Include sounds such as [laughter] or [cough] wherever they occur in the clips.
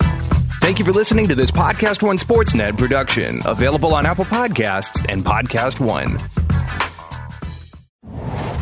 Thank you for listening to this Podcast One Sportsnet production, available on Apple Podcasts and Podcast One.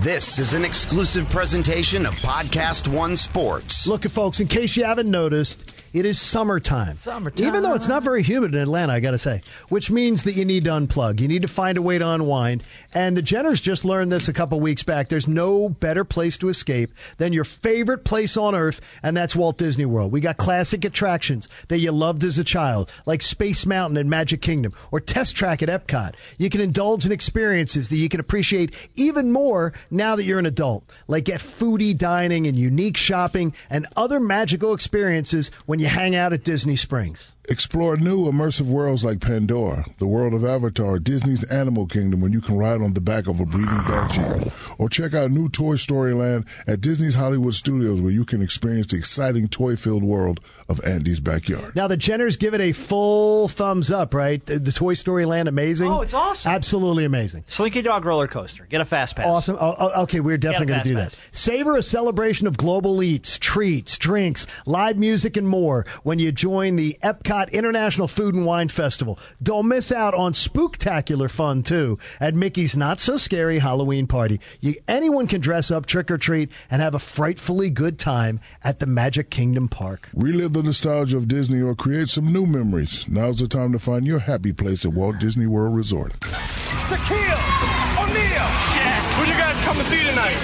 This is an exclusive presentation of Podcast One Sports. Look, folks, in case you haven't noticed, it is summertime. Summertime. Even though it's not very humid in Atlanta, I got to say, which means that you need to unplug. You need to find a way to unwind. And the Jenners just learned this a couple weeks back. There's no better place to escape than your favorite place on earth, and that's Walt Disney World. We got classic attractions that you loved as a child, like Space Mountain at Magic Kingdom or Test Track at Epcot. You can indulge in experiences that you can appreciate even more now that you're an adult, like get foodie dining and unique shopping and other magical experiences when you hang out at Disney Springs. Explore new immersive worlds like Pandora, the world of Avatar, Disney's Animal Kingdom, when you can ride on the back of a breathing banshee, or check out new Toy Story Land at Disney's Hollywood Studios, where you can experience the exciting toy-filled world of Andy's backyard. Now the Jenners give it a full thumbs up, right? The, the Toy Story Land, amazing. Oh, it's awesome. Absolutely amazing. Slinky Dog roller coaster. Get a fast pass. Awesome. Oh, oh, okay, we're definitely Yeah, going to do fast that. Savor a celebration of global eats, treats, drinks, live music, and more when you join the Epcot International Food and Wine Festival. Don't miss out on spooktacular fun, too, at Mickey's Not So Scary Halloween Party. You, anyone can dress up, trick or treat, and have a frightfully good time at the Magic Kingdom Park. Relive the nostalgia of Disney or create some new memories. Now's the time to find your happy place at Walt Disney World Resort. Shaquille O'Neal. Shaq, who you guys come to see tonight?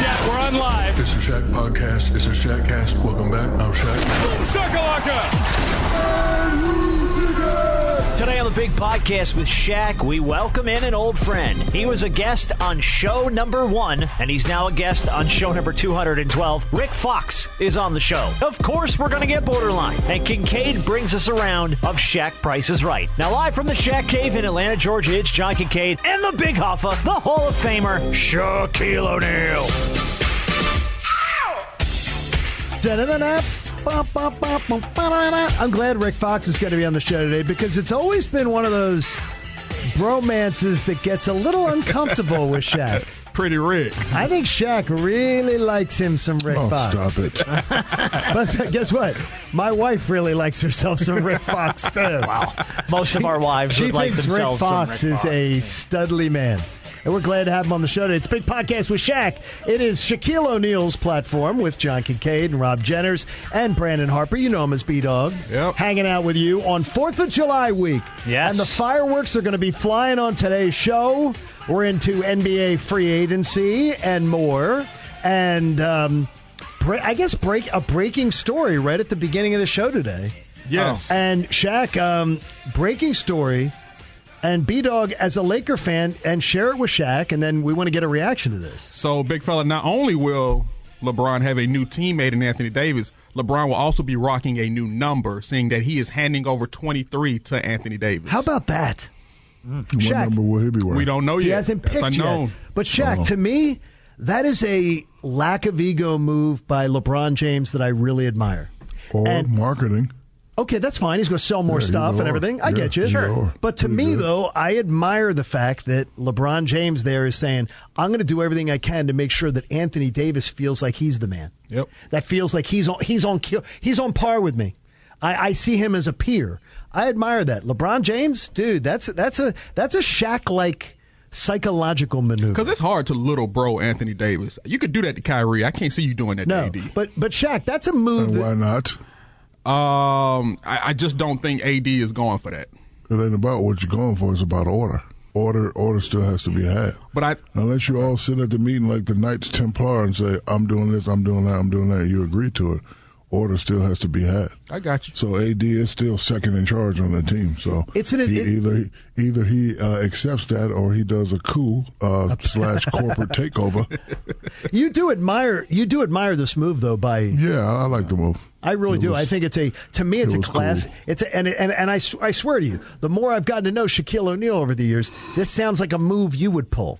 Shaq, we're on live. It's a Shaq podcast. It's a Shaqcast. Welcome back. I'm Shaq. Boom shakalaka. Today on the Big Podcast with Shaq, we welcome in an old friend. He was a guest on show number one, and he's now a guest on show number 212. Rick Fox is on the show. Of course, we're going to get borderline, and Kincaid brings us around of Shaq Price is Right. Now, live from the Shaq Cave in Atlanta, Georgia, it's John Kincaid and the Big Hoffa, the Hall of Famer, Shaquille O'Neal. Da-da-da-da. Ba, ba, ba, ba, ba-da-da. I'm glad Rick Fox is going to be on the show today because it's always been one of those bromances that gets a little uncomfortable with Shaq. [laughs] Pretty Rick. I think Shaq really likes him some Rick Oh, Fox. stop it. But guess what? My wife really likes herself some Rick Fox too. Wow. Most of our wives She would like thinks Rick themselves some Fox Rick is a studly man. And we're glad to have him on the show today. It's a big podcast with Shaq. It is Shaquille O'Neal's platform with John Kincaid and Rob Jenners and Brandon Harper. You know him as B Dog. Yep. Hanging out with you on 4th of July week. Yes. And the fireworks are going to be flying on today's show. We're into NBA free agency and more. And um, bre- I guess break a breaking story right at the beginning of the show today. Oh. Yes. And Shaq, um, breaking story, and B Dog as a Laker fan, and share it with Shaq, and then we want to get a reaction to this. So, big fella, not only will LeBron have a new teammate in Anthony Davis, LeBron will also be rocking a new number, seeing that he is handing over 23 to Anthony Davis. How about that? Shaq. What Mm. number will he be wearing? We don't Oh, know yet. He hasn't That's picked yet. unknown. But Shaq, to me, that is a lack of ego move by LeBron James that I really admire. Or And- marketing. Okay, that's fine. He's going to sell more Yeah, you stuff and are. everything. I Yeah, get you. you Sure. are. But to Pretty me, good. though, I admire the fact that LeBron James there is saying, I'm going to do everything I can to make sure that Anthony Davis feels like he's the man. Yep. That feels like he's on, he's on, kill- he's on par with me. I, I see him as a peer. I admire that. LeBron James, dude, that's, that's a, that's a Shaq like psychological maneuver. Because it's hard to little bro Anthony Davis. You could do that to Kyrie. I can't see you doing that No, to AD. but, but Shaq, that's a move. And That, why not? um, I, I just don't think AD is going for that. It ain't about what you're going for. It's about order. Order, order still has to be had. But I, Unless you all sit at the meeting like the Knights Templar and say, "I'm doing this, I'm doing that, I'm doing that," you agree to it. Order still has to be had. I got you. So AD is still second in charge on the team. So It's an- he, it- either either he uh, accepts that or he does a coup [laughs] uh, slash corporate takeover. you do admire, you do admire this move though by Yeah, I, I like the move. I really It do. was- I think it's a to me it's it a was class. cool. It's a, and and and I, s- I swear to you, the more I've gotten to know Shaquille O'Neal over the years, this sounds like a move you would pull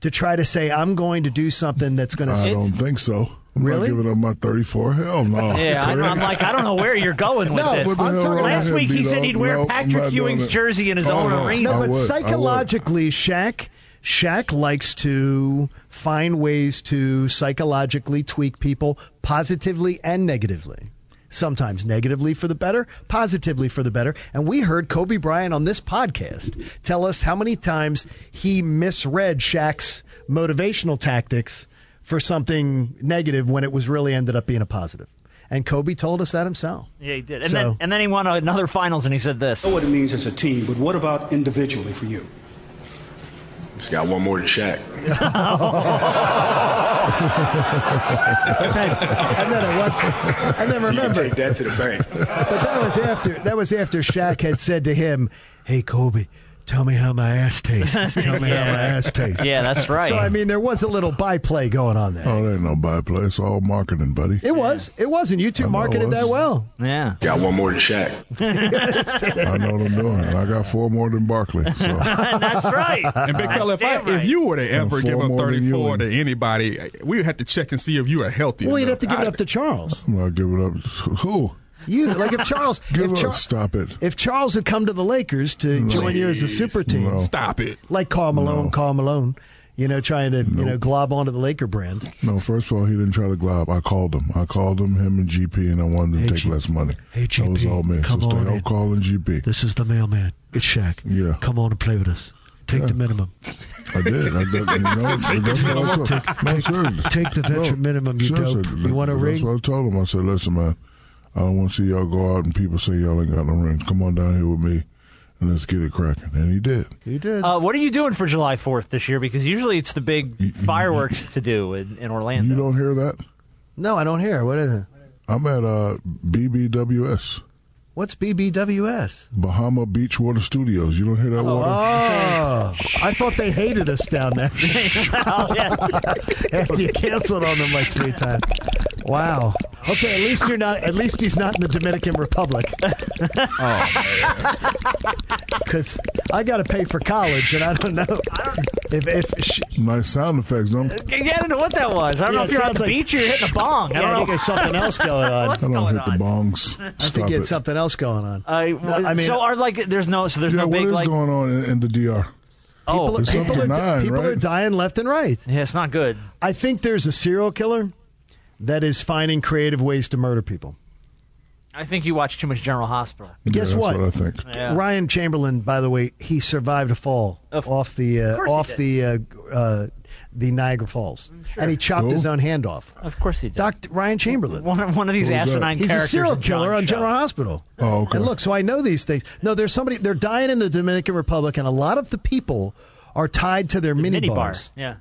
to try to say I'm going to do something that's going I to don't think so. I'm Really? not giving up my 34. Hell no. Yeah, I'm, I'm Correct? like, I don't know where you're going with No, this. What the hell wrong last with week him, he said B-Dog? he'd wear No, I'm Patrick not doing Ewing's it. jersey in his Oh, own no. arena. I No, but would, I would. psychologically, Shaq Shaq likes to find ways to psychologically tweak people positively and negatively. sometimes negatively for the better, positively for the better. And we heard Kobe Bryant on this podcast tell us how many times he misread Shaq's motivational tactics for something negative when it was really ended up being a positive. And Kobe told us that himself. Yeah, he did. And, So- then, and then he won another finals, and he said this. know what it means as a team, but what about individually for you? Just got one more than Shaq. [laughs] and then it was, [laughs] and then You can remember, take that to the bank. [laughs] but that was after that was after Shaq had said to him, "Hey Kobe, tell me how my ass tastes. [laughs] Tell me how my ass tastes." Yeah, [laughs] that's right. So I mean, there was a little byplay going on there. Oh, there ain't no byplay. It's all marketing, buddy. It was. It wasn't. You two know it marketed that was. well. yeah. Got one more than Shaq. I know what I'm doing. I got four more than Barkley. So. [laughs] [laughs] That's right. And big fella, if, I, damn right. if you were to ever four give up more than you 34 and- to anybody, we would have to check and see if you are healthy. Well, you'd have enough. to give I- it up to Charles. I'm not giving up. Who? You like if Charles Give if up. Char- Stop it. If Charles had come to the Lakers to join you as a Please. super team, No. Stop it. like Carl Malone, Carl Malone, you know, trying to you know glob onto the Laker brand. No, first of all, he didn't try to glob. I called him. I called him, him and GP, and I wanted them to Hey, take G- less money. Hey, That was GP, all me. come so on stay in. out calling GP. This is the mailman. It's Shaq. Yeah. Come on and play with us. Take the minimum. I did. I did. [laughs] You know, that's what I told him. No, seriously. Take the veteran minimum, you seriously, dope. that- You want a That's ring? what I told him. I said, listen, man, I don't want to see y'all go out and people say y'all ain't got no rings. Come on down here with me and let's get it cracking. And he did. You did. Uh, what are you doing for July 4th this year? Because usually it's the big fireworks to do in, in Orlando. uh, You don't hear that? no, I don't hear. What is it? I'm at uh, BBWS. What's BBWS? Bahama Beach Water Studios. You don't hear that water? Oh, I thought they hated us down there [laughs] Oh, yeah. [laughs] after you canceled on them like three times. Wow. Okay, at least you're not. At least he's not in the Dominican Republic. [laughs] Oh. Because I got to pay for college, and I don't know if if sh- Nice sound effects, don't I Yeah, I don't know what that was. I don't Yeah, know it if you're on sounds the like- beach or you're hitting a bong. I Yeah, I don't think know. there's something else going on. What's don't going hit on? the [laughs] bongs. I Stop think it. it's something else going on. Uh, No, I mean, so are like there's no so there's yeah, no what big is like going on in, in the DR? oh There's people, are, something nine, people right? are dying left and right. [laughs] yeah it's not good. I think there's a serial killer that is finding creative ways to murder people. I think you watch too much General Hospital. Guess yeah, that's what? what? I think. Yeah. Ryan Chamberlain, by the way, he survived a fall Of- off the uh, course he off the uh, uh, the Niagara Falls, and he chopped Who? his own hand off. Of course he did. Dr. Ryan Chamberlain. one of, one of these Who was that? asinine He's a characters. serial in John killer on Show. General Hospital. Oh, okay. And look, so I know these things. No, there's somebody. They're dying in the Dominican Republic, and a lot of the people are tied to their mini, mini bar. bars. Yeah.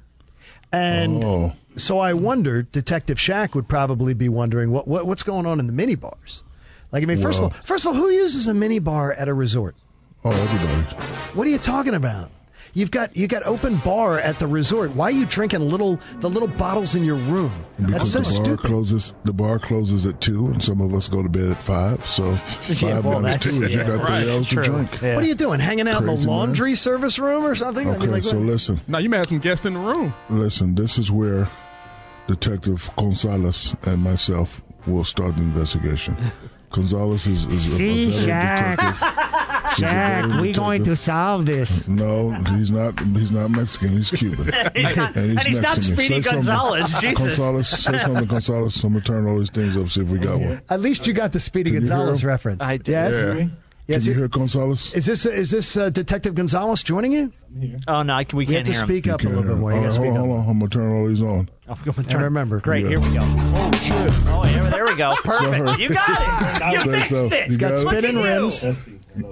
And Oh. so I wondered, Detective Shack would probably be wondering what, what what's going on in the mini bars. Like, I mean, first of Whoa. all, first of all, who uses a mini bar at a resort? Oh, everybody. What are you talking about? You've got you got open bar at the resort. Why are you drinking little the little bottles in your room? That's Because so the bar stupid. closes. The bar closes at two, and some of us go to bed at five. So five [laughs] Yeah, well, minus that's- two, you yeah, got right, three hours true. to drink. Yeah. What are you doing? Hanging out in the Crazy, man. laundry service room or something? Okay, like, so what- listen, Now, you may have some guests in the room. listen. This is where Detective Gonzalez and myself will start the investigation. Gonzalez is, is a, a veteran detective. He's a veteran detective. solve this. No, he's not. He's not Mexican. He's Cuban. He's not- and he's not Mexican. Say Speedy something. [laughs] Gonzalez, Jesus. Gonzalez, say something, Gonzalez. I'm gonna turn all these things up. See if we got one. at least you got the Speedy Can you hear Gonzalez him? reference. I did. Yes. Yeah. Yes. Can you you- hear Gonzalez? Is this is this uh, Detective Gonzalez joining you? Oh no, I can, we You have can't to hear him. speak up a Can't little hear bit him. more. You All got right, to speak Oh, hold, up. on, hold on. I'm gonna turn all these on. I'm gonna turn. remember. Great. Here we go. Oh, yeah, there [laughs] we go. Perfect. Sorry. You got it. You Say fixed so. it. You got Look spin at and you. rims.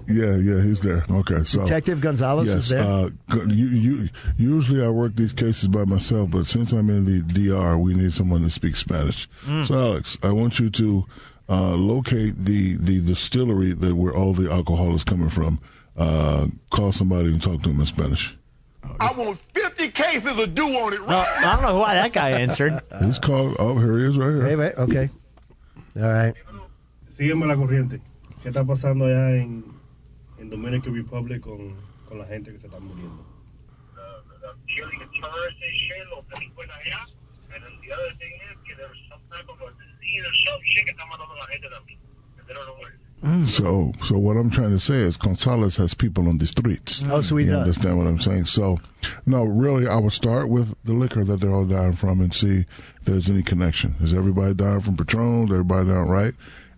Yeah, yeah, he's there. Okay, Oh. so Detective Gonzalez yes, is there. Uh, gu- you, you, usually I work these cases by myself, but since I'm in the DR, we need someone to speak Spanish. Mm. So Alex, I want you to uh, locate the the distillery that where all the alcohol is coming from. Uh, call somebody and talk to them in Spanish. I want 50 cases of dew on it No, I don't know why that guy answered. [laughs] He's called. Oh, here he is, right here. Uh, Hey, wait. Okay. All right. Sígueme la corriente. ¿Qué está pasando allá en, en Dominican Republic con, con la gente que se está muriendo? So, so what I'm trying to say is Gonzalez has people on the streets. Oh, so he you does. understand what I'm saying? So, no, really, I would start with the liquor that they're all dying from and see if there's any connection. Is everybody dying from Patron? Is everybody dying right?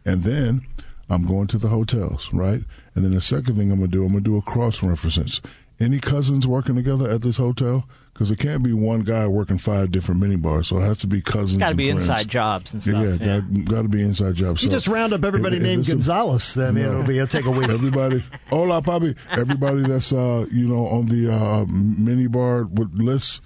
And then I'm going to the hotels, right? And then the second thing I'm going to do, I'm going to do a cross reference. Any cousins working together at this hotel? Because it can't be one guy working five different mini bars, so it has to be cousins. Got to and be friends. inside jobs and Yeah, stuff. yeah, got to be inside jobs. You So just round up everybody if- if named it's a- Gonzalez. I mean, it'll be it'll [laughs] take a week. Everybody, hola, papi. Everybody that's uh, you know on the uh, mini bar with list.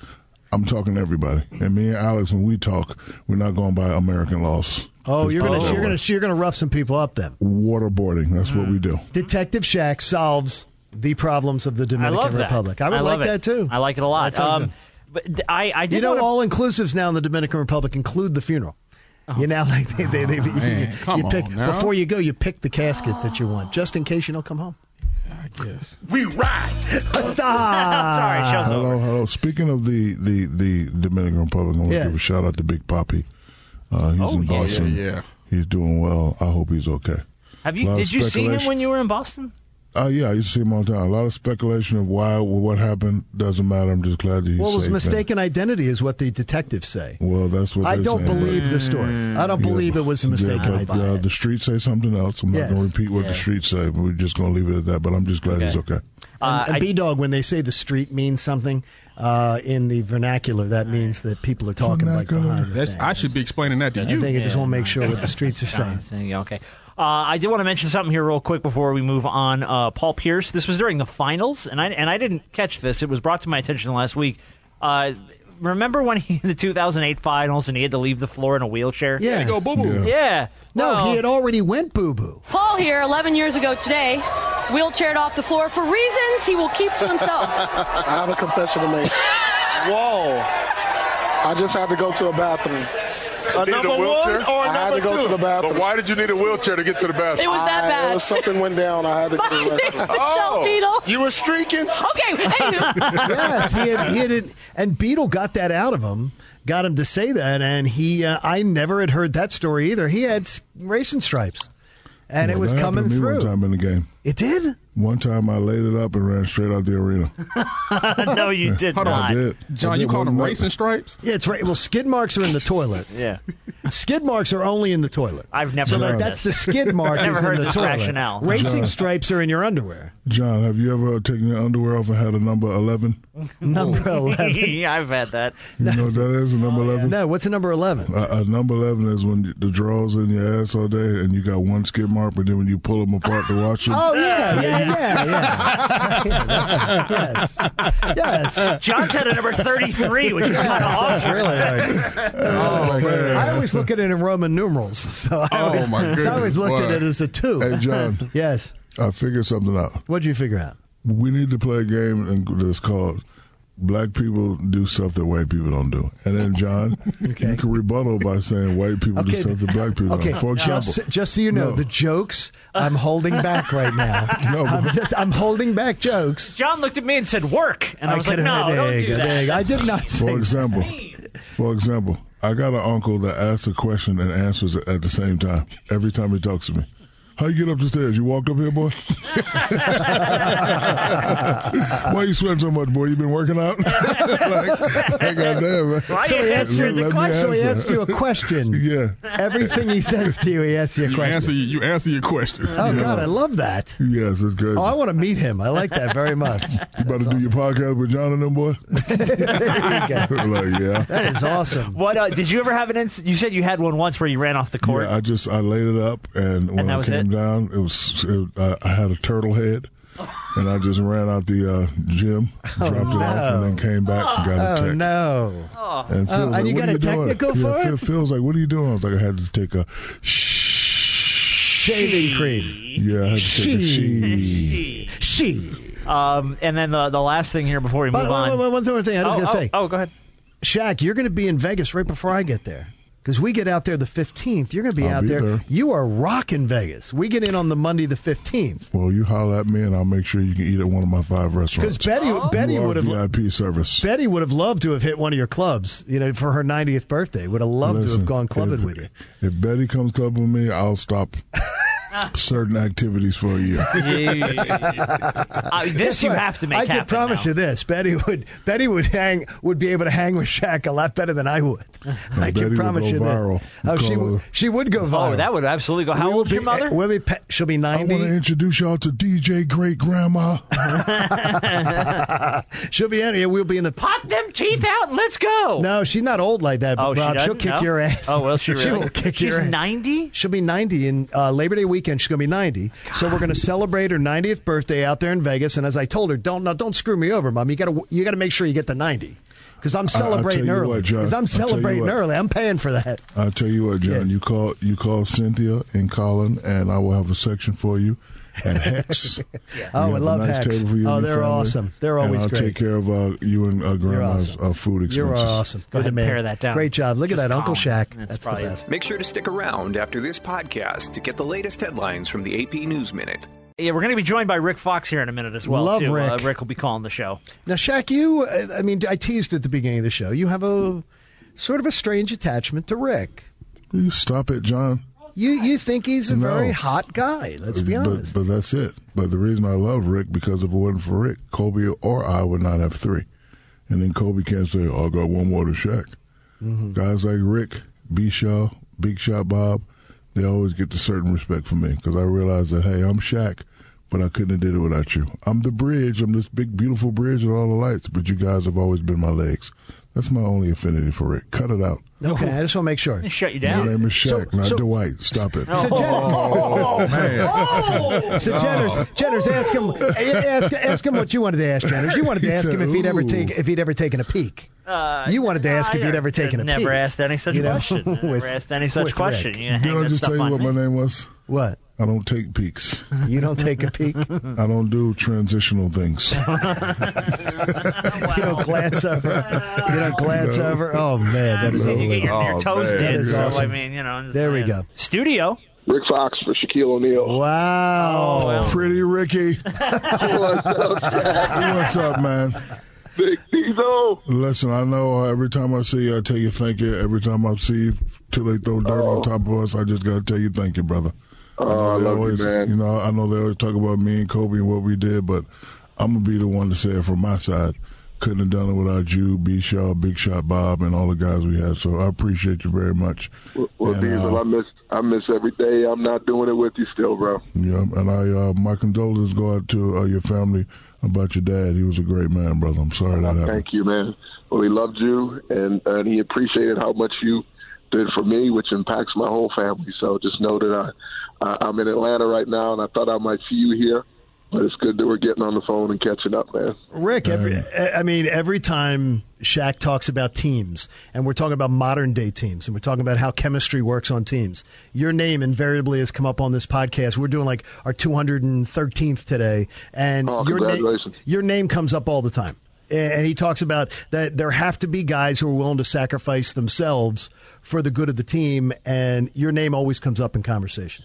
I'm talking to everybody, and me and Alex, when we talk, we're not going by American laws. Oh, It's you're gonna probably you're gonna you're gonna rough some people up then. waterboarding. That's what we do. Detective Shack solves the problems of the I Dominican love that. Republic. I would love like it. that too. I like it a lot. That sounds Um, good. but d- I, I did You know, wanna- all inclusives now in the Dominican Republic include the funeral. Oh. You know, [laughs] like they, they, they, Ah, man. you, Come you pick on now. before you go, you pick the casket that you want, just in case you don't come home. We [laughs] ride. Stop. [laughs] Sorry, show's over. Hello, hello. Speaking of the the the Dominican Republic, I want to Yeah. give a shout out to Big Poppy. Uh, he's in Oh, yeah, Boston. yeah. He's doing well. I hope he's okay. Have A you lot of did you see him speculation. when you were in Boston? Uh, yeah, I used to see him all the time. A lot of speculation of why, what happened doesn't matter. I'm just glad that he's Well, it was safe. mistaken identity, is what the detectives say. And- Well, that's what I they're don't saying. believe the story. I don't Yeah, believe it was a yeah, mistaken but, identity. uh, the streets say something else. I'm Yes. not going to repeat what Yeah. the streets say. We're just going to leave it at that. But I'm just glad he's okay. Uh, and I- B dog, when they say the street means something uh, in the vernacular, that means that people are talking like Vernacular. behind the That's, thing. I should be explaining that to I you. think I just want to make sure what the streets are saying. Saying, yeah, Okay. Uh, I did want to mention something here real quick before we move on. Uh, Paul Pierce. This was during the finals, and I and I didn't catch this. It was brought to my attention last week. Uh, remember when he [laughs] the 2008 finals and he had to leave the floor in a wheelchair? Yeah. Go boo boo. Yeah. No, Well, he had already went boo [laughs] boo. Paul here, 11 years ago today, wheelchaired off the floor for reasons he will keep to [laughs] himself. I have a confession to make. Whoa. I just had to go to a bathroom. A number one or a I had number to go two? to the bathroom. But why did you need a wheelchair to get to the bathroom? It was [laughs] that I- bad. it was something went down. I had to go to [laughs] the bathroom. Michelle Beadle. You were streaking? Oh. Okay, anywho. yes, he had, he had it, and Beetle got that out of him, got him to say that, and he. Uh, I never had heard that story either. He had s- racing stripes, and Well, it was that happened coming to me through. One time in the game, It did. one time I laid it up and ran straight out the arena. [laughs] [laughs] no, you did Hold not. I did. I [laughs] John, did you called one him night. racing stripes? Yeah, it's right. Well, skid marks are in the toilet. Yeah. Skid marks are only in the toilet. I've never So heard like, that's this. the skid mark Never is heard in the this toilet. rationale. Racing John. stripes are in your underwear. John, have you ever taken your underwear off and had a number [laughs] 11? Number [laughs] eleven. I've had that. You know what that is, a number 11? No, what's a number eleven? A, a number 11 is when the drawers in your ass all day and you got one skid mark, but then when you pull them apart to watch them. [laughs] Oh yeah, yeah, yeah, yeah. [laughs] Yeah, that's- yes, yes. John's had a number 33, [laughs] which is kind of That's awesome. really like. Oh, man. I always look at it in Roman numerals, [laughs] so I Oh, always, my so I always goodness, looked at boy. it as a two. Hey, John, Yes. I figured something out. What'd you figure out? We need to play a game and- that's called Black People Do Stuff That White People Don't Do. And then, John, [laughs] Okay. you can rebuttal by saying white people do Okay. stuff that black people Okay, don't. Uh, For example, just, just so you know, No. the jokes I'm holding back right now. No, but- I'm just I'm holding back jokes. John looked at me and said, "Work," and I, was like, could've- "No, there don't you do go, there that." you go. I did not say. For example, for example, I got an uncle that asks a question and answers it at the same time every time he talks to me. How you get up the stairs? You walked up here, boy. [laughs] Why you sweating so much, boy? You been working out? [laughs] like, like, goddamn, man. Why you answering the Let me question? So he answer. asks you a question. yeah, Everything he says to you, he asks you a You question. answer, you answer your question. [laughs] Oh Yeah. God, I love that. yes, it's crazy. Oh, I want to meet him. I like that very much. you about to do your podcast with John and them, boy? [laughs] That like, yeah. is awesome. What uh, did you ever have an incident? You said you had one once where you ran off the court. Yeah, uh, I just I laid it up, and when that I was came it? down, it was it, I, I had a [laughs] turtle head, and I just ran out the uh, gym, dropped it off, and then came back and Oh got a text. no! And Phil Oh, was and like, you "What got are a you doing?" technical yeah, for Phil, it? Phil's like, "What are you doing?" I was like, "I had to take a." Shaving cream. Yeah, I had to take a she. She. Um, and then the the last thing here before we move But, oh, on. one, one, one thing I was oh, going to oh, say, oh, go [laughs] ahead. Shaq, you're going to be in Vegas right before I get there. Because we get out there the 15th. You're going to be I'll out be there. there. You are rocking Vegas. We get in on the Monday the 15th. Well, you holler at me, and I'll make sure you can eat at one of my five Because restaurants. Betty, Betty You are would have. VIP service. Betty would have loved to have hit one of your clubs, you know, for her 90th birthday. Would have loved to Listen, have gone clubbing if, with you. [laughs] If Betty comes clubbing with me, I'll stop. certain activities for a year. Uh, this you have to make I happen. can promise now. you this: Betty would Betty would hang would be able to hang with Shaq a lot better than I [laughs] would. I Betty can would promise go you this. viral. Oh, she Call would her. she would go viral. Oh, that would absolutely go. How We old will is your be- mother? we'll be pa- she'll be I want to ninety. introduce y'all to DJ Great Grandma. she'll be in here. We'll be in the. Pop them teeth out and let's go. No, she's not old like that. Oh, she Rob, will doesn't? kick No? your ass. [laughs] Oh, will she really? will kick She's your ass. 90? She'll be 90 in uh, Labor Day weekend. She's gonna be 90. So we're gonna celebrate her 90th birthday out there in Vegas. And as I told her, don't now don't screw me over, mom. You gotta you gotta make sure you get the 90 because I'm tell celebrating you early. what, I'm John. I'll tell you celebrating what. early. I'm paying for that. I'll tell you what, John. You call you call Cynthia and Colin, and I will have a section for you at Hex. Oh, We I have love a nice Hex. Table for you and Oh, your they're family, awesome. They're always and great. I'll take care of uh, you and uh, Grandma's uh, food expenses. You're awesome. Go Good ahead and man. pare that down. Great job. Look Just at that, Uncle calm. Shaq. That's That's the probably it. best. Make sure to stick around after this podcast to get the latest headlines from the AP News Minute. Yeah, we're going to be joined by Rick Fox here in a minute as well. Love too. Rick. Uh, Rick will be calling the show. Now, Shaq, you, uh, I mean, I teased at the beginning of the show, you have a sort of a strange attachment to Rick. Will you stop it, John? You, you think he's a No. very hot guy, let's be But- honest. But, that's it. But the reason I love Rick because if it wasn't for Rick, Kobe or I would not have three. And then Kobe can't say, oh, "I got one more to Shaq." Mm-hmm. Guys like Rick, B. Shaw, Big Shot Bob, they always get a certain respect for me because I realize that hey, I'm Shaq, but I couldn't have did it without you. I'm the bridge. I'm this big, beautiful bridge with all the lights. But you guys have always been my legs. That's my only affinity for Rick. Cut it out. Okay, I just want to make sure. They shut you My down. name is Shaq, not so- Dwight. Stop [laughs] it. So, [laughs] Oh, man. Oh! Jen- so Jenners, Jenners, ask him, ask, ask him what you wanted to ask Jenners. You wanted to He ask him said, if he'd ever "Ooh." take if he'd ever taken a peek. you wanted to no, ask if Uh, I you'd ever taken a Ah, never peek. asked any such you know, question. I never with- asked any such with question. Rick. You hang Did I that just stuff tell you on what me? my name was? What? I don't take peeks. Mm-hmm. You don't take a peek. you I don't do transitional [laughs] things. Oh. don't glance over. You [laughs] don't glance over. Oh man, that is No. You get unbelievable. your, your Oh, toes man. That did. is So I awesome. mean, you know. I'm just There we saying. go. Studio. Rick Fox for Shaquille O'Neal. Wow. Oh, Pretty [laughs] Ricky. What's up, man? Big Diesel. Listen, I know uh, every time I see you, I tell you thank you. Every time I see you, till they throw dirt on top of us, I just got to tell you thank you, brother. Oh, I they love you, always, man. know, I know they always talk about me and Kobe and what we did, but I'm going to be the one to say it from my side. Couldn't have done it without you, B Shaw, Big Shot Bob, and all the guys we had. So I appreciate you very much. Well, And, Diesel, uh, I miss I miss every day. I'm not doing it with you still, bro. Yeah, and I uh, my condolences go out to uh, your family about your dad. He was a great man, brother. I'm sorry that happened. Thank you, man. Well, he loved you, and and he appreciated how much you did for me, which impacts my whole family. So just know that I, I I'm in Atlanta right now, and I thought I might see you here, but it's good that we're getting on the phone and catching up, man. Rick, every, I mean, every time Shaq talks about teams, and we're talking about modern day teams, and we're talking about how chemistry works on teams, your name invariably has come up on this podcast. We're doing like our 213th today, and Oh, your, name, congratulations. your name comes up all the time. And he talks about that there have to be guys who are willing to sacrifice themselves for the good of the team, and your name always comes up in conversation.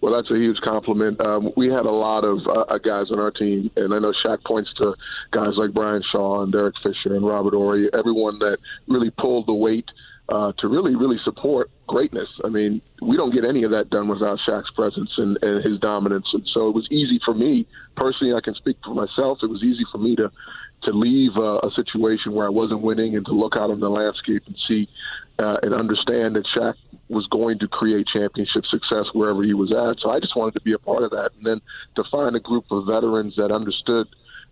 Well, that's a huge compliment. Um, we had a lot of uh, guys on our team, and I know Shaq points to guys like Brian Shaw and Derek Fisher and Robert Ory, everyone that really pulled the weight uh, to really, really support greatness. I mean, we don't get any of that done without Shaq's presence and, and his dominance. And so it was easy for me personally. I can speak for myself. It was easy for me to to leave uh, a situation where I wasn't winning and to look out on the landscape and see uh, and understand that Shaq was going to create championship success wherever he was at. So I just wanted to be a part of that. And then to find a group of veterans that understood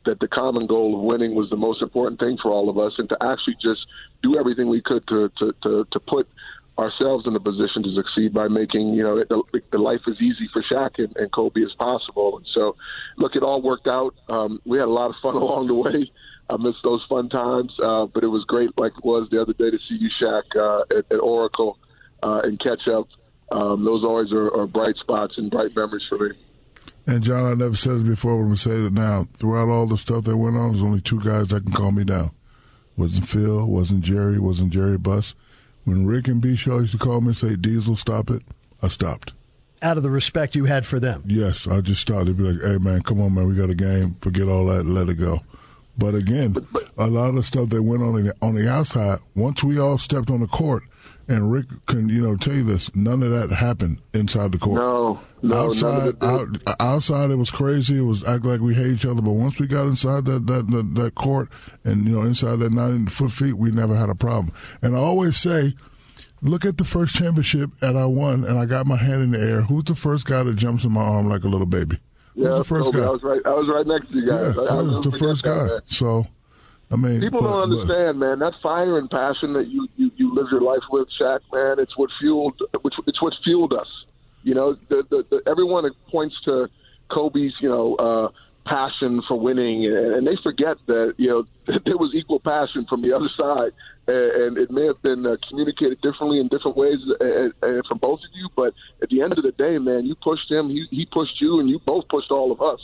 that the common goal of winning was the most important thing for all of us and to actually just do everything we could to, to, to, to put ourselves in a position to succeed by making you know the, the life as easy for Shaq and, and Kobe as possible. And so, look, it all worked out. Um, we had a lot of fun [laughs] along the way. I miss those fun times, uh, but it was great, like it was the other day to see you, Shaq, uh, at, at Oracle uh, and catch up. Um, those always are, are bright spots and bright memories for me. And John, I never said it before, but I'm gonna say it now. Throughout all the stuff that went on, there's only two guys that can calm me down. Wasn't Phil, wasn't Jerry, wasn't Jerry Buss. When Rick and B Shaw used to call me and say, "Diesel, stop it," I stopped. Out of the respect you had for them. Yes, I just stopped. They'd be like, "Hey, man, come on, man, we got a game. Forget all that, let it go." But again, a lot of stuff that went on in the, on the outside. Once we all stepped on the court, And Rick can, you know, tell you this. None of that happened inside the court. No, no, none outside, of it did. out- outside it was crazy. It was act like we hate each other. But once we got inside that that that, that court and you know inside that nine foot feet, we never had a problem. And I always say, look at the first championship that I won, and I got my hand in the air. Who's the first guy that jumps in my arm like a little baby? Yeah, Who's the first Kobe, guy? I was right. I was right next to you guys. Yeah, I, I yeah, never the forget first that, guy. man. So, I mean, People but- don't but- understand, man. That fire and passion that you, you, you live your life with, Shaq, man, it's what fueled which it's what fueled us. You know, the, the, the, everyone points to Kobe's, you know, uh, passion for winning, and, and they forget that you know [laughs] that there was equal passion from the other side, and, and it may have been uh, communicated differently in different ways and, and from both of you, but at the end of the day, man, you pushed him, he, he pushed you, and you both pushed all of us.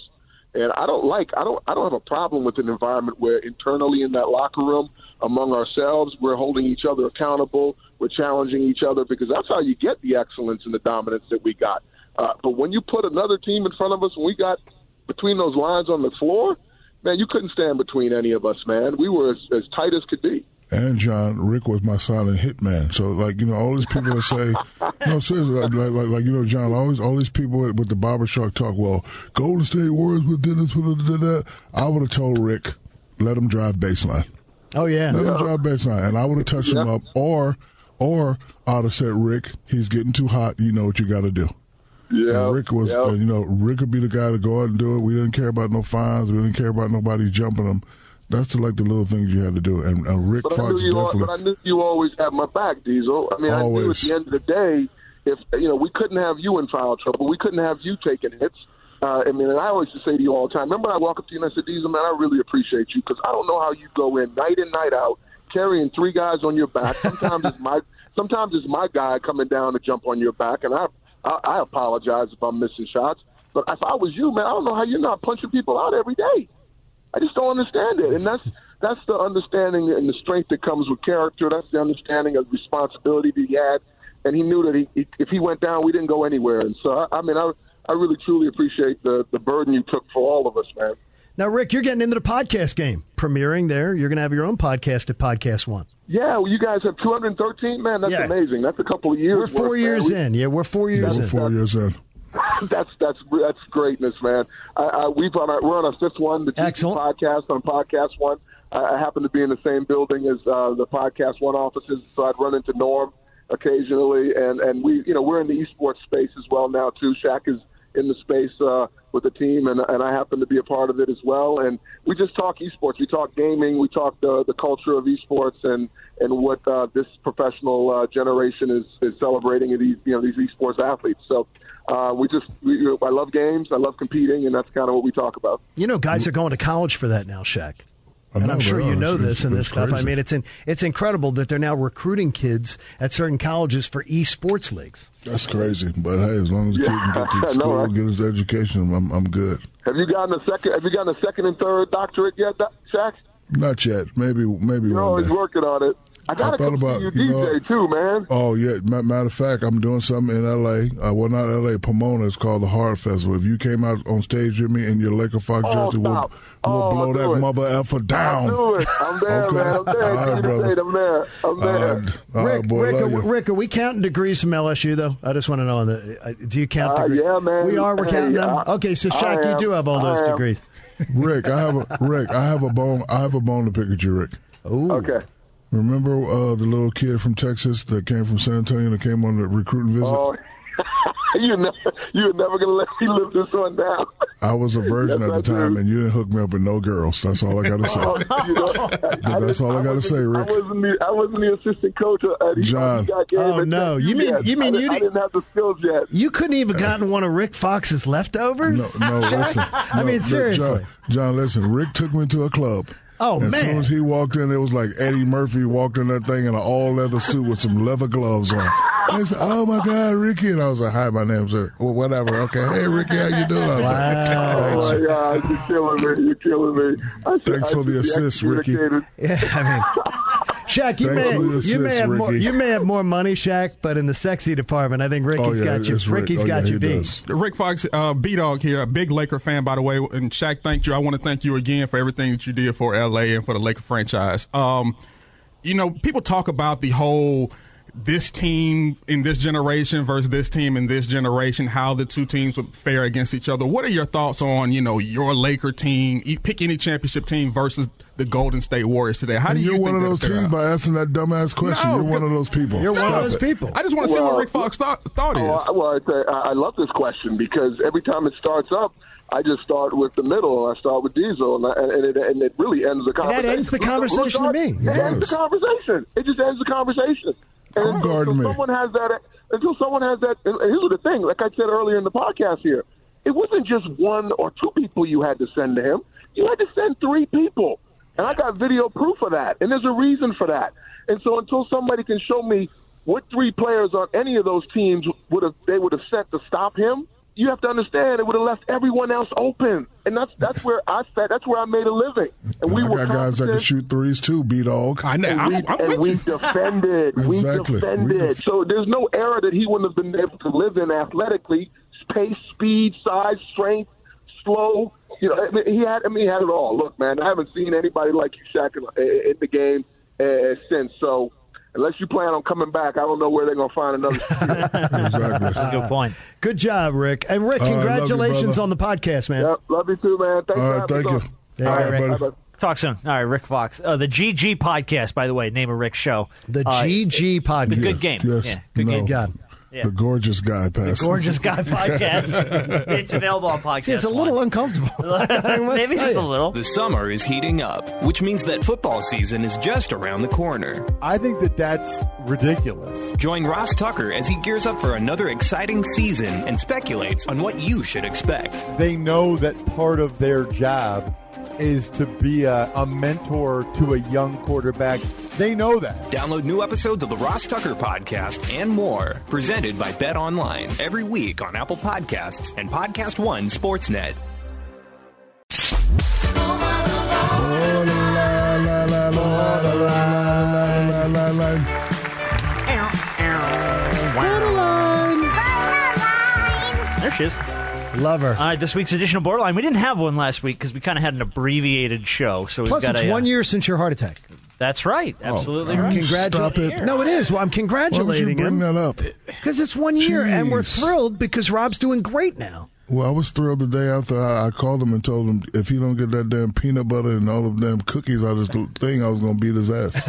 And I don't like I don't I don't have a problem with an environment where internally in that locker room among ourselves we're holding each other accountable, we're challenging each other because that's how you get the excellence and the dominance that we got. Uh, but when you put another team in front of us, when we got between those lines on the floor, man, you couldn't stand between any of us, man. [laughs] We were as, as tight as could be. and John Rick was my silent hitman. So like you know, all these people that [laughs] say no seriously, like, like like like, you know, John, all these all these people with the barbershop talk. Well, Golden State Warriors would did this, would did that. I would have told Rick, let him drive baseline. Oh yeah, let him drive baseline, and I would have touched him up, or or I'd have said, Rick, he's getting too hot. You know what you got to do. Yeah, And Rick was, uh, you know, Rick would be the guy to go out and do it. We didn't care about no fines. We didn't care about nobody jumping him. That's like the little things you had to do. And uh, Rick But I, Fox knew you al- definitely. but I knew you always had my back, Diesel. I mean, I knew at Always. the end of the day, if you know, we couldn't have you in foul trouble. We couldn't have you taking hits. Uh, I mean, and I always just say to you all the time. Remember, I walk up to you and I said, Diesel, man, I really appreciate you because I don't know how you go in night in, night out, carrying three guys on your back. Sometimes [laughs] it's my, sometimes it's my guy coming down to jump on your back, and I, I, I apologize if I'm missing shots. But if I was you, man, I don't know how you're not punching people out every day. I just don't understand it, and that's that's the understanding and the strength that comes with character. That's the understanding of responsibility that he had, and he knew that he, he if he went down, we didn't go anywhere. And so, I, I mean, I I really truly appreciate the the burden you took for all of us, man. Now, Rick, you're getting into the podcast game, premiering there. You're going to have your own podcast at Podcast One. Yeah, well, you guys have 213, man. That's amazing. That's a couple of years. We're four worth, man. years We- in. Yeah, we're four years We're in. four years in. [laughs] that's that's that's greatness, man. I, I, we've on our, we're on our fifth one, the Excellent. podcast on podcast one. I, I happen to be in the same building as uh, the podcast one offices, so I'd run into Norm occasionally, and and we you know we're in the esports space as well now too. Shaq is in the space uh, with the team, and and I happen to be a part of it as well. And we just talk esports, we talk gaming, we talk the the culture of esports, and and what uh, this professional uh, generation is is celebrating and these you know these esports athletes. So uh, we just we, you know, I love games, I love competing, and that's kind of what we talk about. You know, guys are going to college for that now, Shaq. I And know, I'm sure bro. you know It's- this and this it's stuff. I crazy. mean, it's in, it's incredible that they're now recruiting kids at certain colleges for esports leagues. That's crazy. But hey, as long as the kid can get Yeah, [laughs] I to know, school, right? get his education, I'm, I'm good. Have you gotten a second? Have you gotten a second and third doctorate yet, Doc- Shaq? Not yet. Maybe maybe You're one always day. working on it. I gotta thought come about, see you, you know, DJ too, man. Oh yeah. Ma- Matter of fact, I'm doing something in L.A. Uh, well, not L.A. Pomona. It's called the Hard Festival. If you came out on stage with me in your Laker Fox Oh, jersey, we'll, stop. we'll Oh, blow I'll that do it. mother effer down. Do it. I'm there, Okay. man. I'm there. All right, Keep it brother. straight. I'm there. I'm All there. right, Rick, Uh, Oh, boy, Rick, love are, you. we- Rick, are we counting degrees from LSU though? I just want to know. On the, uh, do you count Uh, degrees? yeah, man. We are. We're Hey, counting them. I- okay, so I Shaq, you am. do have all those I am. degrees. Rick, I have a Rick. I have a bone. I have a bone to pick at you, Rick. Oh, okay. Remember uh, the little kid from Texas that came from San Antonio that came on the recruiting visit? Oh, [laughs] you're never you're never gonna let me live this [laughs] one down. I was a virgin Yes, at the I do. Oh, time, and you didn't hook me up with no girls. That's all I [laughs] got to say. You know, That- That's all I got to say, I Rick. wasn't the I wasn't the assistant coach at East John. Coast Game Oh, at E- no. You mean- yet. you mean I, you didn't- I didn't- didn't have the skills yet. You couldn't even gotten one of Rick Fox's leftovers. Uh, No, Shaq? listen. I No, mean, Rick, seriously. John, John, listen. Rick took me to a club. Oh, and As man. soon as he walked in, it was like Eddie Murphy walked in that thing in an all leather suit with some leather gloves on. I said, "Oh my God, Ricky!" And I was like, "Hi, my name's Rick." Well, whatever. Okay, hey Ricky, how you doing? I was like, [laughs] Oh "Thanks." my God, you're killing me! You're killing me! I should- Thanks I for should the be assist, Ricky. excommunicated. Yeah, I mean, Shaq, you Thanks may, for the you may assist, have more Ricky. Oh, you may have more money, Shaq, but in the sexy department, I think Ricky's yeah, got you. it's Ricky's Rick. Oh, got yeah, you he beat. does. Rick Fox, uh, B Dog here, a big Laker fan, by the way. And Shaq, thank you. I want to thank you again for everything that you did for LA and for the Laker franchise. Um, you know, people talk about the whole this team in this generation versus this team in this generation, how the two teams would fare against each other. What are your thoughts on, you know, your Laker team, e- pick any championship team versus the Golden State Warriors today? How And do you you're think one of that'll those fare teams out? by asking that dumbass question. No, you're one of those people. Stop it. I just want to see what Well, Rick Fox thought, thought is. Oh, I- well, it's a- I I love this question because every time it starts up, I just start with the middle. I start with Diesel, and, I, and, it, and it really ends the And that conversation. ends the Look, conversation look, to me. It It ends does. the conversation. It just ends the conversation. And Don't guard until Oh, me. someone has that, until someone has that, and here's the thing. Like I said earlier in the podcast, here, it wasn't just one or two people you had to send to him. You had to send three people. And I got video proof of that. And there's a reason for that. And so until somebody can show me what three players on any of those teams would have they would have sent to stop him, you have to understand it would have left everyone else open. And that's that's where I fed, that's where I made a living. And we I were got guys that can competent. shoot threes too, B dog. I And we, and we defended. Exactly. We We defended. def- so there's no era that he wouldn't have been able to live in athletically, pace, speed, size, strength, slow. You know, I mean, he had. I mean, he had it all. Look, man, I haven't seen anybody like you, Shaq, in, in the game uh, since. So unless you plan on coming back, I don't know where they're gonna [laughs] find another. Uh, Good point. Good job, Rick. And Rick, Uh, I love you, congratulations brother. on the podcast, man. Yep, love you too, man. Thanks for having me on. All right, Rick. buddy. Talk soon. All right, Rick Fox. Uh, the GG podcast, by the way, name of Rick's show. The Uh, GG podcast. good game. Yes. Yeah, good no. game. God. Yeah. The gorgeous guy The passed. [laughs] Gorgeous Guy podcast. it's available on podcast. See, it's a little [laughs] uncomfortable. [laughs] Maybe just a little. The summer is heating up, which means that football season is just around the corner. I think that that's ridiculous. Join Ross Tucker as he gears up for another exciting season and speculates on what you should expect. They know that part of their job is to be a, a mentor to a young quarterback. They know that. Download new episodes of the Ross Tucker Podcast and more, presented by Bet Online, every week on Apple Podcasts and Podcast One Sportsnet. There she is. Love her. All right, this week's edition of Borderline. We didn't have one last week because we kind of had an abbreviated show, so we've Plus, got it's a. uh, one Oh, year since your heart attack. that's right. Absolutely right. Congratulations. No, it is. Well, I'm congratulating Why would you him bring that up? because it's one year, and we're Jeez. thrilled because Rob's doing great now. Well, I was thrilled the day after I, I called him and told him if he don't get that damn peanut butter and all of them cookies out of this thing, I was gonna beat his ass.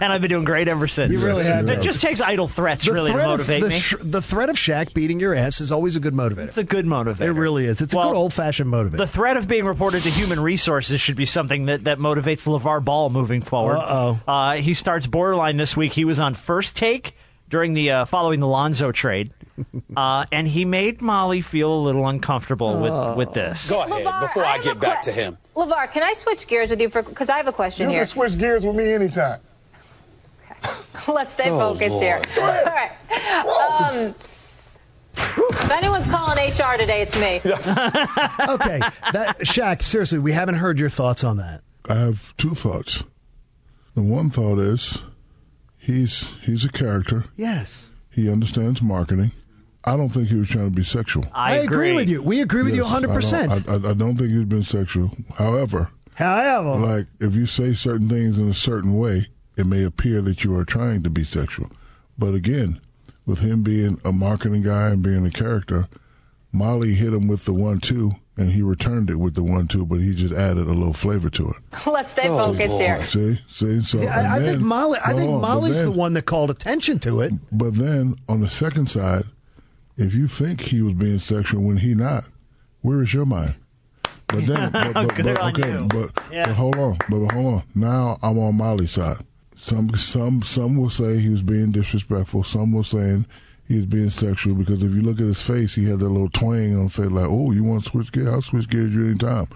And I've been doing great ever [laughs] since. You really have. It just takes idle threats, really, to motivate of, the, me. sh- the threat of Shaq beating your ass is always a good motivator. It's a good motivator. It really is. It's a good old fashioned motivator. The threat of being reported to human resources should be something that, that motivates LeVar Ball moving forward. Uh-oh. Uh, he starts borderline this week. He was on first take during the uh, following the Lonzo [laughs] trade, uh, and he made Molly feel a little uncomfortable with, with this. Go ahead before I, get back to him. LeVar, can I switch gears with you for? Because I have a question You here. can switch gears with me anytime. [laughs] Let's stay Oh, focused Lord. here. Go [laughs] All right. Um, if anyone's calling HR today, it's me. [laughs] okay, that, Shaq. Seriously, we haven't heard your thoughts on that. I have two thoughts. The one thought is he's he's a character. Yes. He understands marketing. I don't think he was trying to be sexual. I agree. with you. We agree with you Yes, I 100. percent don't- I, I, I don't think he's been sexual. However, however, like if you say certain things in a certain way, it may appear that you are trying to be sexual. But again, with him being a marketing guy and being a character, Molly hit him with the one-two, and he returned it with the one-two, but he just added a little flavor to it. [laughs] Let's stay Oh, focused here. See, see. So Yeah, I, I and think then- Molly. I Hold think on, but Molly's then- the one that called attention to it. But then on the second side, if you think he was being sexual when he not, where is your mind? [laughs] But then, but, but, Good but on okay, you. but, Yeah. but hold on, but, but hold on. Now I'm on Molly's side. Some some some will say he was being disrespectful. Some will saying he was being sexual because if you look at his face, he had that little twang on his face, like, "Oh, you want to switch gears? I'll switch gears you anytime."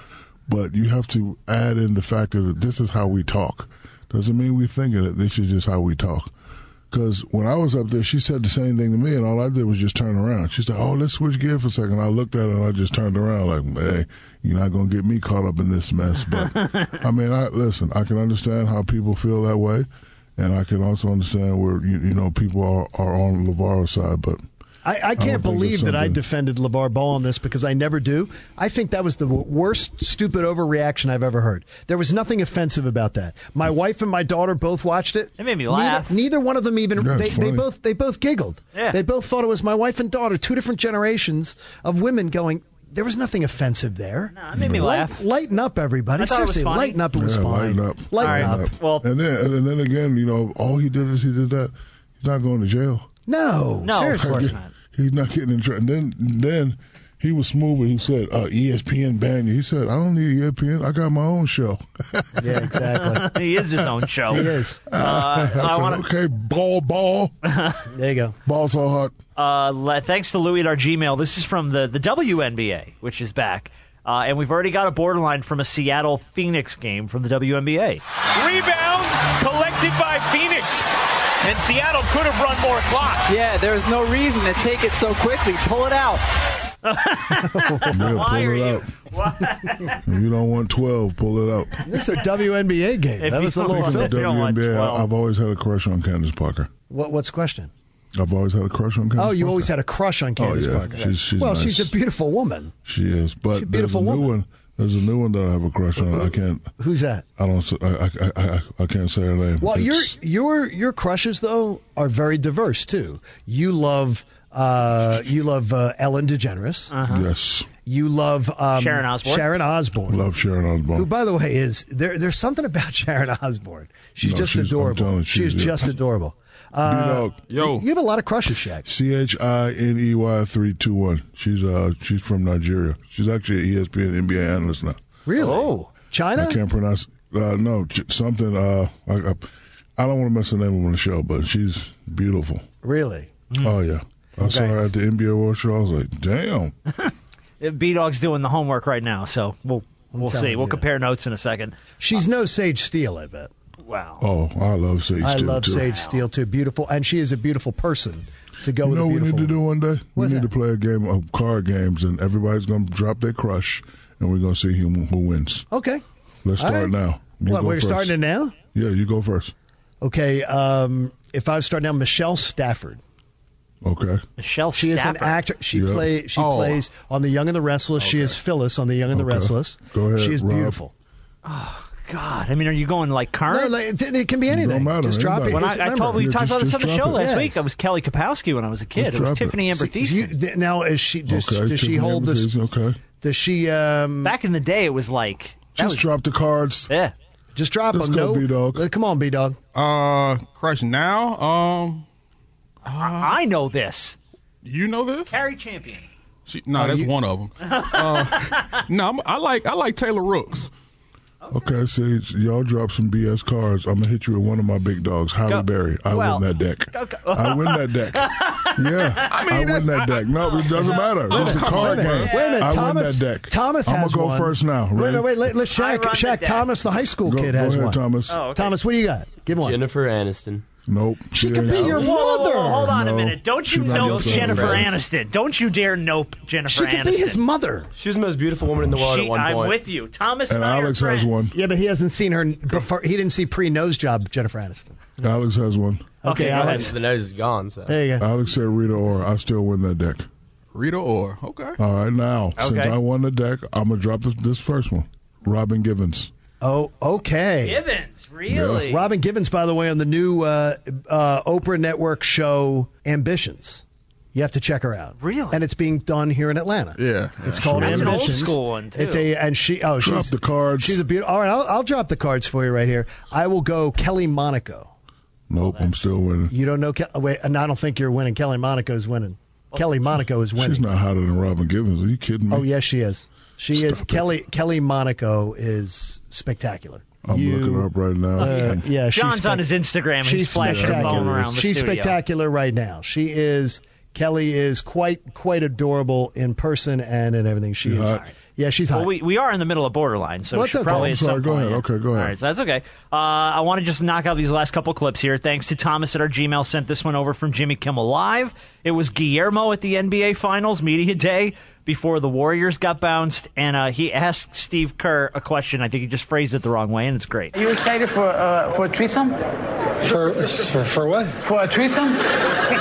But you have to add in the factor that this is how we talk. Doesn't mean we think of it. This is just how we talk. Because when I was up there, she said the same thing to me, and all I did was just turn around. She said, "Oh, let's switch gear for a second. I looked at her and I just turned around, like, "Hey, you're not gonna get me caught up in this mess." [laughs] But I mean, I listen. I can understand how people feel that way, and I can also understand where you, you know people are, are on Lavar's side. But I, I think can't it's believe that I something- defended LeVar Ball on this because I never do. I think that was the w- worst stupid overreaction I've ever heard. There was nothing offensive about that. My wife and my daughter both watched it. It made me laugh. Neither, one of them even Yeah, it's they, they funny. both they both giggled. Yeah. They both thought it was my wife and daughter, two different generations of women going there was nothing offensive there. No, it made me laugh. Lighten up, everybody. I thought it was Seriously, funny. lighten up. It was yeah, fine. Lighten up. Lighten up. Well, and then and then again, you know, all he did is he did that. He's not going to jail. No, No, of seriously. [laughs] course not. He's not getting in trouble. And Then then he was smooth when he said, uh, "ESPN banned you." He said, "I don't need E ESPN. I got my own show." yeah, exactly. he is his own show. He is. [laughs] Uh, I I said, want to. okay, ball, ball. there you go. Ball so [laughs] hot. Uh, le- thanks to Louis at our Gmail. This is from the, the WNBA, which is back. Uh, and we've already got a borderline from a Seattle Phoenix game from the WNBA. Rebound collected by Phoenix. And Seattle could have run more clock. Yeah, there's no reason to take it so quickly. Pull it out. Yeah, Why pull are it you- [laughs] out. If you don't want twelve, pull it out. This is a WNBA game. If that [laughs] you was a don't little want- bit. Speaking of WNBA, I- I've always had a crush on Candace Parker. What, what's the question? I've always had a crush on Candace. Oh, you Parker. always had a crush on Candace oh, yeah. Parker. She's, she's well, nice. she's a beautiful woman. She is, but She's a beautiful beautiful there's a new woman. one. There's a new one that I have a crush on. I can't. Who's that? I don't. s- I I- I- I- I can't say her name. Well, your It's- your your crushes though are very diverse too. You love uh, you love uh, Ellen DeGeneres. Yes. You love um, Uh, Sharon Osbourne. Sharon Osbourne. Love Sharon Osbourne. Who, by the way, is there? There's something about [laughs] Sharon Osbourne. She's No, just she's- I'm telling adorable. you, she's- she's yeah. just adorable. Uh, B-Dog. Yo. you have a lot of crushes, Shaq. C H I N E Y three two one. She's uh she's from Nigeria. She's actually an E ESPN NBA analyst now. Really? Oh, China. I can't pronounce. Uh, no, ch- something. Uh, I, I, I don't want to mess the name on the show, but she's beautiful. Really? Oh yeah. I saw her at the NBA World Show. I was like, damn. B Dog's doing the homework right now, so we'll we'll telling see. We'll you. compare notes in a second. She's no Sage Steele, I bet. Wow. Oh, I love Sage. I Steele, love too. Sage Steele too. Beautiful, and she is a beautiful person to go You with. know a what we beautiful need to do one day? What's we need that? to play a game of card games, and everybody's going to drop their crush, and we're going to see who, who wins. Okay. Let's All start right. now. You What, go we're first. starting it now? Yeah, you go first. Okay, um, if I was starting out, Michelle Stafford. Okay. Michelle She is an Stafford. actor. She Yeah. play she Oh. plays on The Young and the Restless. She is Phyllis on The Young and the Okay. Restless. Go ahead, She is Rob. beautiful. God, I mean, are you going like No, current? like, it, it can be anything. don't matter, Just drop it. anybody. when It's- I, I told remember, we Yeah, talked just- about this just on the drop show it. last Yes. week. I was Kelly Kapowski when I was a kid. Just it was drop it. Tiffany Amber See, you- Thiessen. th- now is she does, okay. does she Tiffany hold Amber this? Thiessen, Okay. Does she um, Back in the day, it was like that Just was- drop the cards. yeah. just drop Let's them? go, No, B-Dog. Uh, Come on, B dog. Uh, crush now. Um, I know this. you know this? Harry Champion. She, nah, that's one of them. uh, no, I'm, I like I like Taylor Rooks. Okay, see, y'all drop some BS cards. I'm going to hit you with one of my big dogs, Holly Go- Berry. I Well, win that deck. I win [laughs] that deck. Yeah, I, win that deck. No, it doesn't matter. It's a card Wait a game. minute. Wait a minute. I Thomas, win that deck. Thomas I'm has gonna go one. first now. Wait, Ready? no, wait. Let, let I Shaq, run the Shaq deck. Thomas, the high school Go- kid, go has ahead, one. Thomas. Oh, okay. Thomas, what do you got? Give one. Jennifer Aniston. Nope. She could be ain't- your Whoa, whoa, whoa, mother. hold on a No, minute. Don't you she's not your nope friend. Jennifer Friends. Aniston. Don't you dare nope Jennifer She could Aniston. be his mother. She was the most beautiful woman in the world She- at one I'm point. with you. Thomas And I are Alex has friends. one. Yeah, but he hasn't seen her before. He didn't see pre nose job Jennifer Aniston. Alex has one. Okay, go ahead. Alex. The nose is gone. So There you go. Alex said Rita Ora. I still win that deck. Rita Ora. Okay. All right, now since Okay. I won the deck, I'm gonna drop this, this first one. Robin Givens. Oh, okay. Givens, really? Robin Givens, by the way, on the new uh, uh, Oprah Network show Ambitions. You have to check her out. Really? And it's being done here in Atlanta. Yeah. It's called That's an old Ambitions. school one, too. It's a and she oh Drop she's the cards. She's a beautiful. All right, I'll, I'll drop the cards for you right here. I will go Kelly Monaco. Nope, I'm still winning. You don't know Ke- uh, wait, and I don't think you're winning. Kelly Monaco's winning. Oh. Kelly Monaco is winning. She's not hotter than Robin Givens. Are you kidding me? Oh yes, she is. She is Stop it. Kelly. Kelly Monaco is spectacular. I'm looking her up right now. Uh, yeah, she's John's spec- on his Instagram and he's flashing her phone spectacular. around the she's studio. spectacular right now. She is. Kelly is quite quite adorable in person and in everything. She is. hot? Yeah, she's hot. Well, we, we are in the middle of borderline, so Well, we it's should okay. probably. I'm at sorry, some go point- ahead. Okay, go ahead. All right, so that's okay. Uh, I want to just knock out these last couple clips here. Thanks to Thomas at our Gmail sent this one over from Jimmy Kimmel Live. It was Guillermo at the NBA Finals media day. before the Warriors got bounced, and uh, he asked Steve Kerr a question. I think he just phrased it the wrong way, and it's great. Are you excited for uh, for a threesome? For for, for what? For a [laughs] threesome?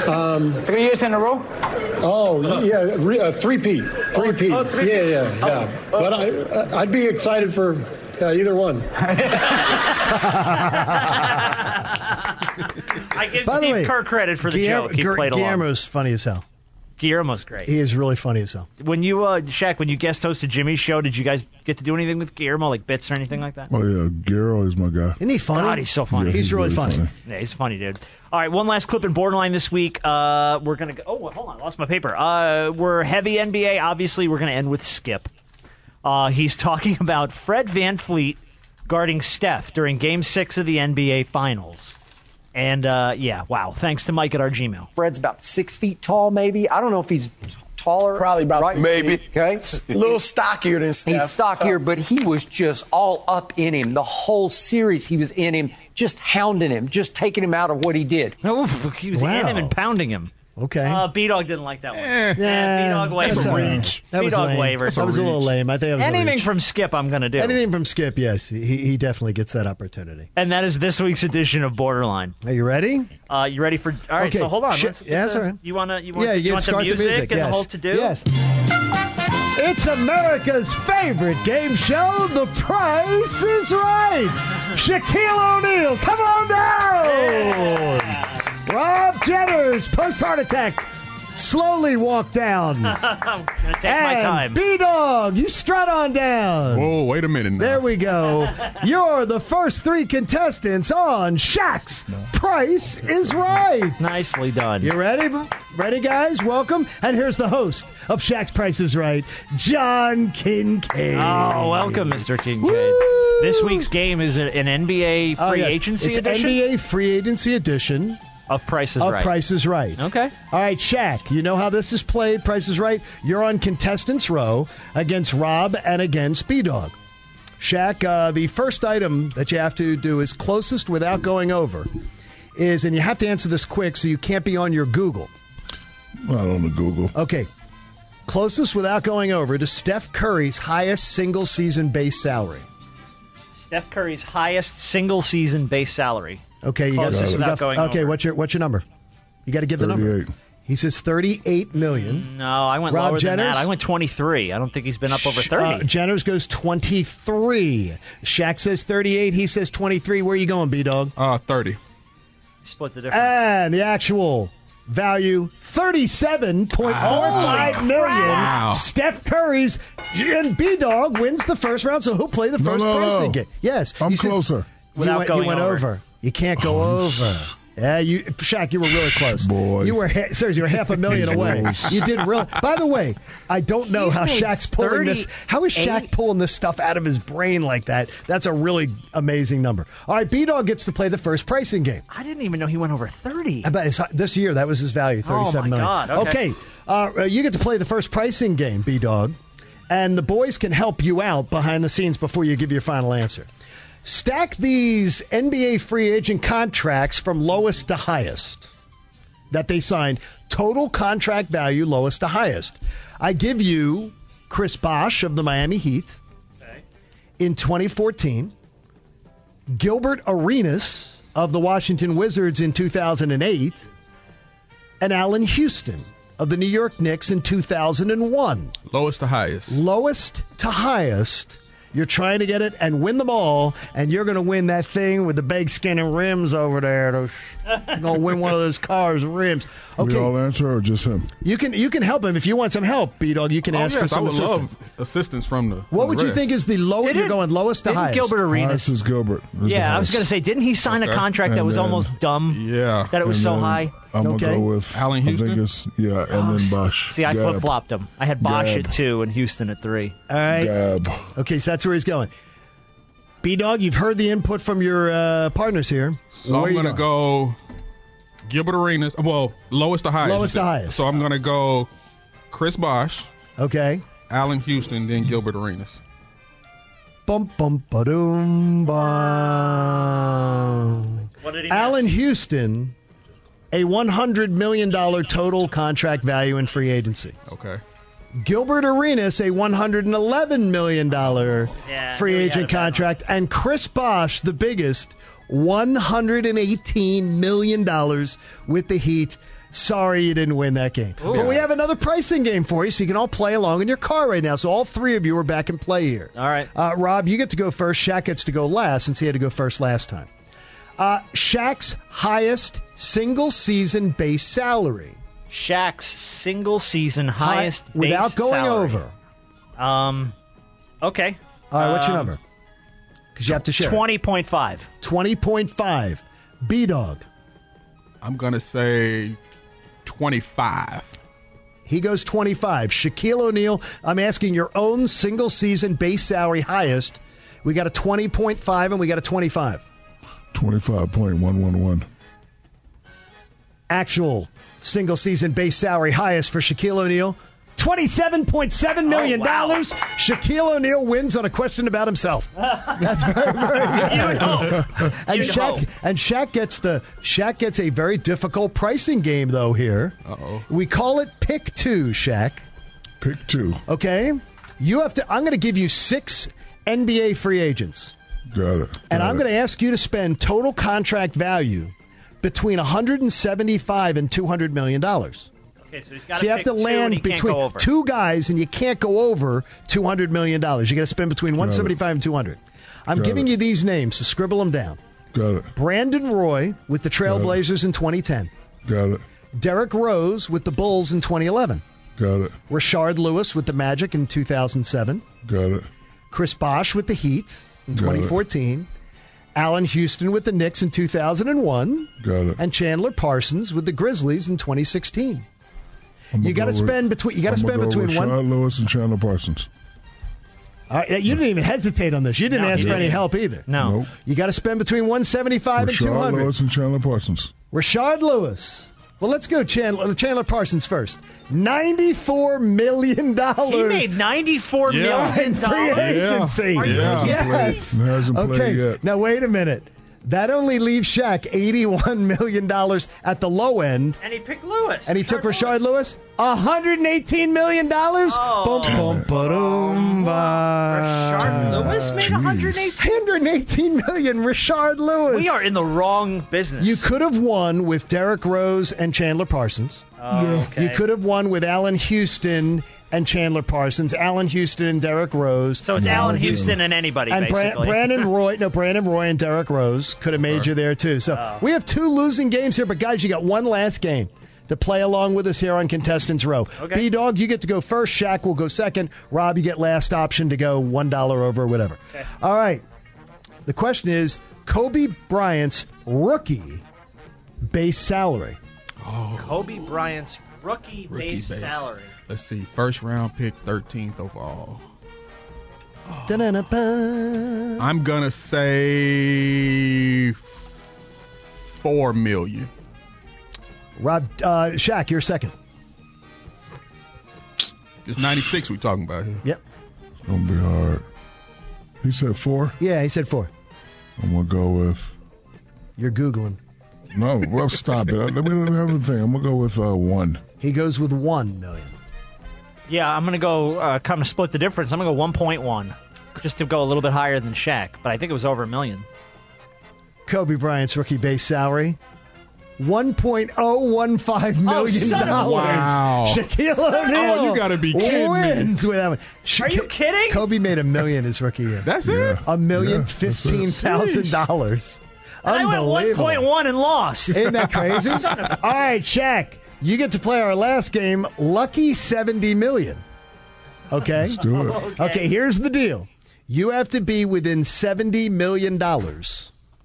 Um, Three years in a row? Oh yeah, re, uh, three P, three P. oh, yeah, three-peat. yeah, yeah. But I, I- I'd be excited for uh, either one. I give By the Steve way, Kerr credit for the Guillermo- joke. He Guer- played along. Guillermo's funny as hell. Guillermo's great. He is really funny as hell. When you, uh, Shaq, when you guest hosted Jimmy's show, did you guys get to do anything with Guillermo, like bits or anything like that? Oh yeah, Gero is my guy. Isn't he funny? God, he's so funny. Yeah, he's He's really really funny. funny. Yeah, he's funny, dude. All right, one last clip in Borderline this week. Uh, we're going to go. Oh, hold on. I lost my paper. Uh, we're heavy NBA. Obviously, we're going to end with Skip. Uh, he's [laughs] talking about Fred Van Fleet guarding Steph during game six of the NBA Finals. And uh, yeah, wow. Thanks to Mike at our Gmail. [laughs] Fred's about six feet tall, maybe. I don't know if he's taller. Probably about right? six Maybe. feet. Okay. A little stockier than Steph. He's stockier, but he was just all up in him. The whole series, he was in him, just hounding him, just taking him out of what he did. No, he was in him and pounding him. Okay. Uh, B Dog didn't like that one. Yeah, B Dog wavered. Eh. that's all right. That was B-Dog lame. wavered. That was a little lame. I think that was a anything reach. from Skip. I'm going to do. Anything from Skip, yes. He, he definitely gets that opportunity. And that is this week's edition of Borderline. Are you ready? Uh, you ready for? All right. Okay, So hold on. shit. Let's- Yeah, that's uh, all right. You want to? You want, yeah, you can want start the music, and yes. the whole to do? Yes. It's America's favorite game show, The Price is Right. Shaquille O'Neal, come on down. Rob Jenner's post heart attack. Slowly walk down. I'm going to [laughs] take and my time. B Dog, you strut on down. Whoa, Oh, wait a minute now. There we [laughs] go. You're the first three contestants on Shaq's Price is Right. Nicely done. You ready? Ready, guys? Welcome. And here's the host of Shaq's Price is Right, John Kincaid. Oh, welcome, Mr. Kincaid. This week's game is a- an NBA free Oh, yes. agency it's edition NBA Free Agency Edition. of Price is of Right. Price is Right. Okay. All right, Shaq, you know how this is played. Price is Right. You're on contestants row against Rob and against B Dog. Shaq, uh, the first item that you have to do is closest without going over is, and you have to answer this quick so you can't be on your Google. Not on the Google. Okay. Closest without going over to Steph Curry's highest single season base salary. Steph Curry's highest single season base salary. Okay, you Closest got, you without got- going Okay, over. what's your what's your number? You got to give the number. 38. He says 38 million. No, I went Rob lower than Jenners? that. I went 23. I don't think he's been up over Sh- 30. uh, Jenner's goes 23. Shaq says 38. He says 23. Where are you going, B Dog? Uh, 30. Split the difference. And the actual value thirty-seven point four five million. Wow. Steph Curry's and B Dog wins the first round, so he'll play the No, first no, person no. game. Yes, I'm you said- closer. you Without went, you going went over. Oh, over. You can't go over. Yeah, you, Shaq, you were really close. Boy. You were ha- seriously, you were [laughs] half a million away. Gross. You did real. By the way, I don't know He's how made Shaq's pulling this. How is Shaq 38? pulling this stuff out of his brain like that? That's a really amazing number. All right, B Dog gets to play the first pricing game. I didn't even know he went over 30. About his, this year, that was his value, Oh, my thirty-seven million. God, okay. Uh, you get to play the first pricing game, B Dog, and the boys can help you out behind the scenes before you give your final answer. Stack these NBA free agent contracts from lowest to highest that they signed. Total contract value, lowest to highest. I give you Chris Bosch of the Miami Heat in 2014. Gilbert Arenas of the Washington Wizards in 2008, and Allen Houston of the New York Knicks in 2001. Lowest to highest. Lowest to highest. You're trying to get it and win them all, and you're going to win that thing with the big skin and rims over there. Those- You're going to win one of those cars' [laughs] rims. We all Okay, answer or just him? you can you can help him if you want some help, B Dog. You can Oh, ask for yes, I some would assistance. love assistance from the. What from would the you rest. think is the lowest? You're Didn't- going lowest to didn't highest. Gilbert Arenas? Highest is Gilbert. Is the Yeah, I was highest. going to say, didn't he sign a Okay. contract that was And then- almost dumb? Yeah. That it was And so then high. I'm Okay. gonna go with Allen I Houston? think it's yeah, and Oh, then see- Bosch. See, I Gab. flip flopped him. I had Bosch Gab. at two and Houston at three. All right. Gab. Okay, so that's where he's going. B Dog, you've heard the input from your uh, partners here. So Where I'm you going to go Gilbert Arenas. Well, lowest to highest. Lowest to highest. So I'm going to go Chris Bosch, Okay. Allen Houston, then Gilbert Arenas. Bum bum ba doom bum. What did he Allen Houston, a one hundred million dollar total contract value in free agency. Okay. Gilbert Arenas, a $111 million Yeah, I free knew we had a agent bad one. contract, and Chris Bosch, the biggest, $118 million with the Heat. Sorry you didn't win that game. But we have another pricing game for you, so you can all play along in your car right now. So all three of you are back in play here. All right. Uh, Rob, you get to go first. Shaq gets to go last since he had to go first last time. Uh, Shaq's highest single season base salary. Shaq's single season highest base without going salary. over. Um, okay. All right, what's your Um, number? Because you have to share. 20.5. 20.5. B Dog. I'm going to say 25. He goes 25. Shaquille O'Neal, I'm asking your own single season base salary highest. We got a 20.5 and we got a 25. 25.111. Actual single season base salary highest for Shaquille O'Neal. Oh, $27.7 million. Shaquille O'Neal wins on a question [laughs] about himself. That's very, very good. And You'd Shaq, hope. and Shaq gets the Shaq gets a very difficult pricing game though here. Uh-oh. We call it pick 2, Shaq. Pick 2. Okay? You have to I'm going to give you 6 NBA free agents. Got it. And I'm Got it. going to ask you to spend total contract value between 175 and 200 million dollars. Okay, so he's got So you have to land between two guys, and you can't go over two hundred million dollars. You got to spend between one seventy five and two hundred. I'm Got giving it. you these names, so scribble them down. Got it. Brandon Roy with the Trailblazers in 2010. Got it. Derek Rose with the Bulls in 2011. Got it. Rashard Lewis with the Magic in 2007. Got it. Chris Bosch with the Heat in Got it. 2014. Allen Houston with the Knicks in 2001. Got it. And Chandler Parsons with the Grizzlies in 2016. I'ma You gotta go with- spend between- you gotta I'ma spend go between with one- Rashad Lewis and Chandler Parsons. All right, you didn't even hesitate on this. You didn't No, ask he for any didn't. help either. No. Nope. You got to spend between 175 and Rashad 200. Lewis and Chandler Parsons. Rashard Lewis. Well, let's go Chandler, Chandler Parsons first. $94 million. He made ninety-four Yeah. million [laughs] In free dollars. agency. Are you kidding me? Yes. played. He hasn't okay. played yet. Now, wait a minute. That only leaves Shaq $81 million at the low end. And he picked Lewis. And he took Rashard Lewis $118 million. Oh. Boom, boom, ba-dum, ba. Rashard Lewis made 118. 118 million, Rashard Lewis. We are in the wrong business. You could have won with Derrick Rose and Chandler Parsons. Oh, Yeah. okay. You could have won with Allen Houston and Chandler Parsons. Allen Houston and Derrick Rose. so it's Allen Houston and anybody, And Bra- basically. Brandon Roy, no, Brandon Roy and Derrick Rose could have made you there too. So we have two losing games here, but guys, you got one last game to play along with us here on Contestants Row. B Dog, you get to go first. Shaq will go second. Rob, you get last option to go one dollar over or whatever. All right. The question is Kobe Bryant's rookie base salary. Kobe Bryant's rookie, Rookie base, base. salary. Let's see. First round pick, 13th overall. Da-na-na-ba. I'm going to say 4 million. Rob, uh, Shaq, you're second. It's 96 we're talking about here. Yep. Gonna be hard. He said four. Yeah, he said four. I'm gonna go with. You're googling. No, let's stop it. Let me let me have a thing. I'm gonna go with uh, one. He goes with one million. Yeah, I'm going to go uh, come to split the difference. I'm going to go 1.1 just to go a little bit higher than Shaq, but I think it was over a million. Kobe Bryant's rookie base salary. One point oh one five Oh, million son of a- dollars. Wow. Shaquille Son of a- O'Neal. Oh, you gotta be kidding me. Wins with that one. Are you kidding? Kobe made a million his rookie year. That's it? A million Yeah, that's it. fifteen thousand dollars. I went Unbelievable. 1.1 and lost. Isn't that [laughs] crazy? Son of a- All right, Shaq, you get to play our last game, Lucky 70 million. Okay? Let's do it. Okay. here's the deal. You have to be within $70 million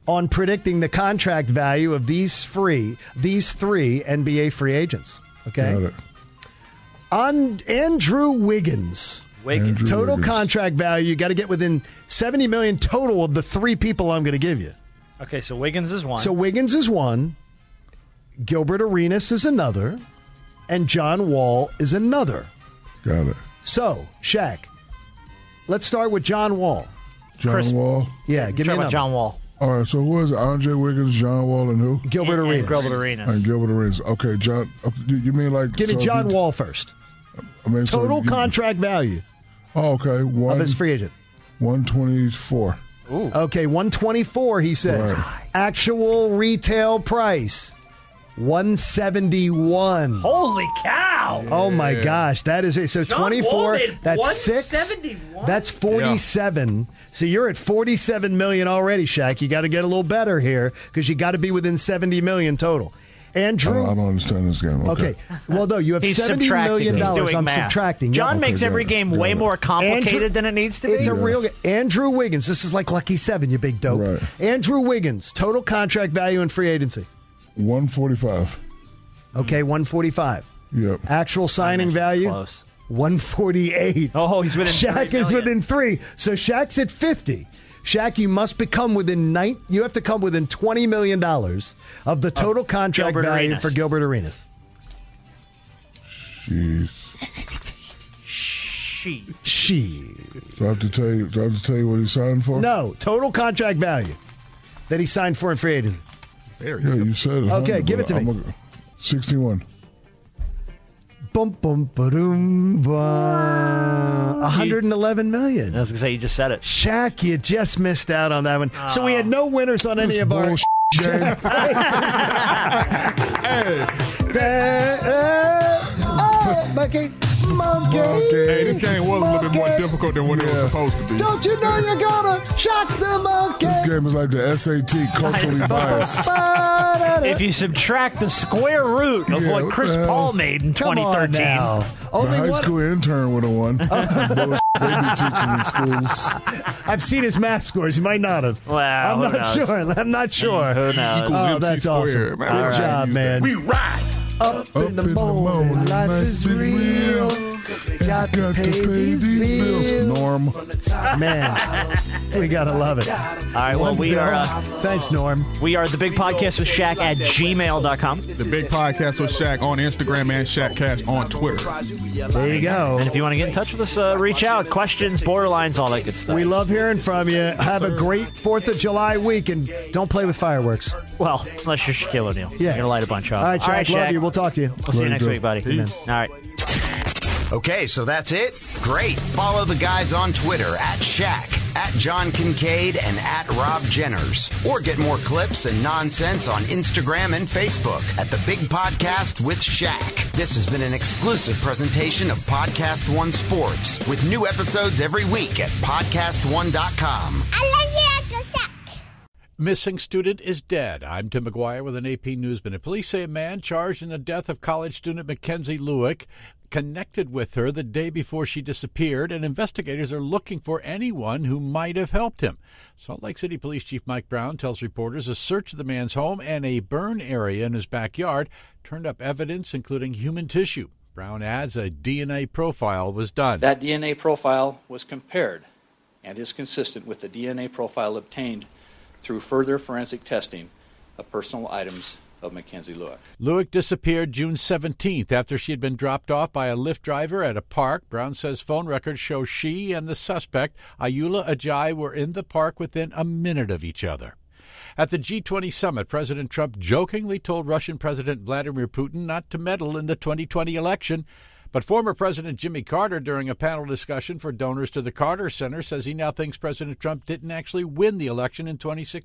on predicting the contract value of these free, these three NBA free agents. Okay? Got it. On Andrew Wiggins. Wiggins. Andrew total Wiggins. contract value, you got to get within 70 million total of the three people I'm going to give you. Okay, so Wiggins is one. So Wiggins is one, Gilbert Arenas is another, and John Wall is another. Got it. So, Shaq, let's start with John Wall. John Wall. Yeah, give me a number. Wall. All right. So who is it? Andre Wiggins, John Wall, and who? Mm-hmm. And- Gilbert and Arenas. Gilbert Arenas. And Gilbert Arenas. Okay, John. uh, You you mean like? Give me so if John you- Wall first. I mean, so Total you- contract value. Oh, okay. One, of his free agent. 124. Okay, 124 he says. Actual retail price 171. Holy cow! Oh my Yeah. gosh, that is it. So John 24, Wall did that's 6. 171? That's 47. So you're at 47 million already, Shaq. You got to get a little better here cuz you got to be within 70 million total. I Andrew don't, I don't understand this game. Okay. Okay. Well, no, you have He's seventy subtracting. million He's dollars. doing I'm math. subtracting. John makes every game way more complicated than it needs to be. It's a Yeah. real ga- Andrew Wiggins. This is like Lucky Seven, you big dope. Andrew Wiggins, total contract value and free agency. One forty-five. Okay, one forty-five. Yep. Actual signing value. One forty-eight. Oh, he's within Shaq three is million. within three. So Shaq's at fifty. Shaq, you must become within nine. You have to come within twenty million dollars of the total contract Gilbert value Arenas. for Gilbert Arenas. Jeez. She. She. Do I have to tell you? Do I have to tell you what he signed for? No, total contract value that he signed for in free agency. Yeah, you said it. Okay, 100, give it to but me. I'm a- Sixty-one. Bum bum ba-dum, ba. 111 million. I was gonna say you just said it. Shaq, you just missed out on that one. So we Ah. had no winners on any of our. [laughs] Hey. Monkey, monkey. Hey, this game was a little bit more difficult than what it was supposed to be. Don't you know you gotta shock the monkey? This game is like the [laughs] SAT, culturally biased. If you subtract the square root of Yeah, what what Chris the hell? Paul made in Come on 2013, now. the high school intern would [laughs] have won. Bullshit they be teaching in schools. I've seen his math scores. He might not have. Wow, I'm who not knows? sure. [laughs] I'm not sure. Who knows? Equals Oh, MC that's awesome. squared, man. Good All right. job, man. We ride up, in, the morning. Life is real. Got, to pay, these bills. Norm. Man, we gotta love it. All right, well, we are. Uh, Thanks, Norm. We are the Big Podcast with Shaq at gmail.com. The Big Podcast with Shaq on Instagram and Shaqcast on Twitter. There you go. And if you want to get in touch with us, uh, reach out. Questions, borderlines, all that good stuff. We love hearing from you. Have a great 4th of July week and don't play with fireworks. Well, unless you're Shaquille O'Neal. Yeah. You're going to light a bunch up. All right, Shaq, love you. We'll talk to you. We'll see you next week, buddy. Amen. All right. Okay, so that's it? Great. Follow the guys on Twitter at Shaq, at John Kincaid, and at Rob Jenners. Or get more clips and nonsense on Instagram and Facebook at The Big Podcast with Shaq. This has been an exclusive presentation of Podcast One Sports with new episodes every week at PodcastOne.com. Missing student is dead. I'm Tim McGuire with an AP Newsman. And police say a man charged in the death of college student Mackenzie Lewick connected with her the day before she disappeared, and investigators are looking for anyone who might have helped him. Salt Lake City Police Chief Mike Brown tells reporters a search of the man's home and a burn area in his backyard turned up evidence, including human tissue. Brown adds a DNA profile was done. That DNA profile was compared and is consistent with the DNA profile obtained through further forensic testing of personal items of Mackenzie Lewick. Lewick disappeared June 17th after she had been dropped off by a Lyft driver at a park. Brown says phone records show she and the suspect, Ayula Ajay, were in the park within a minute of each other. At the G20 summit, President Trump jokingly told Russian President Vladimir Putin not to meddle in the 2020 election. But former President Jimmy Carter, during a panel discussion for donors to the Carter Center, says he now thinks President Trump didn't actually win the election in 2016.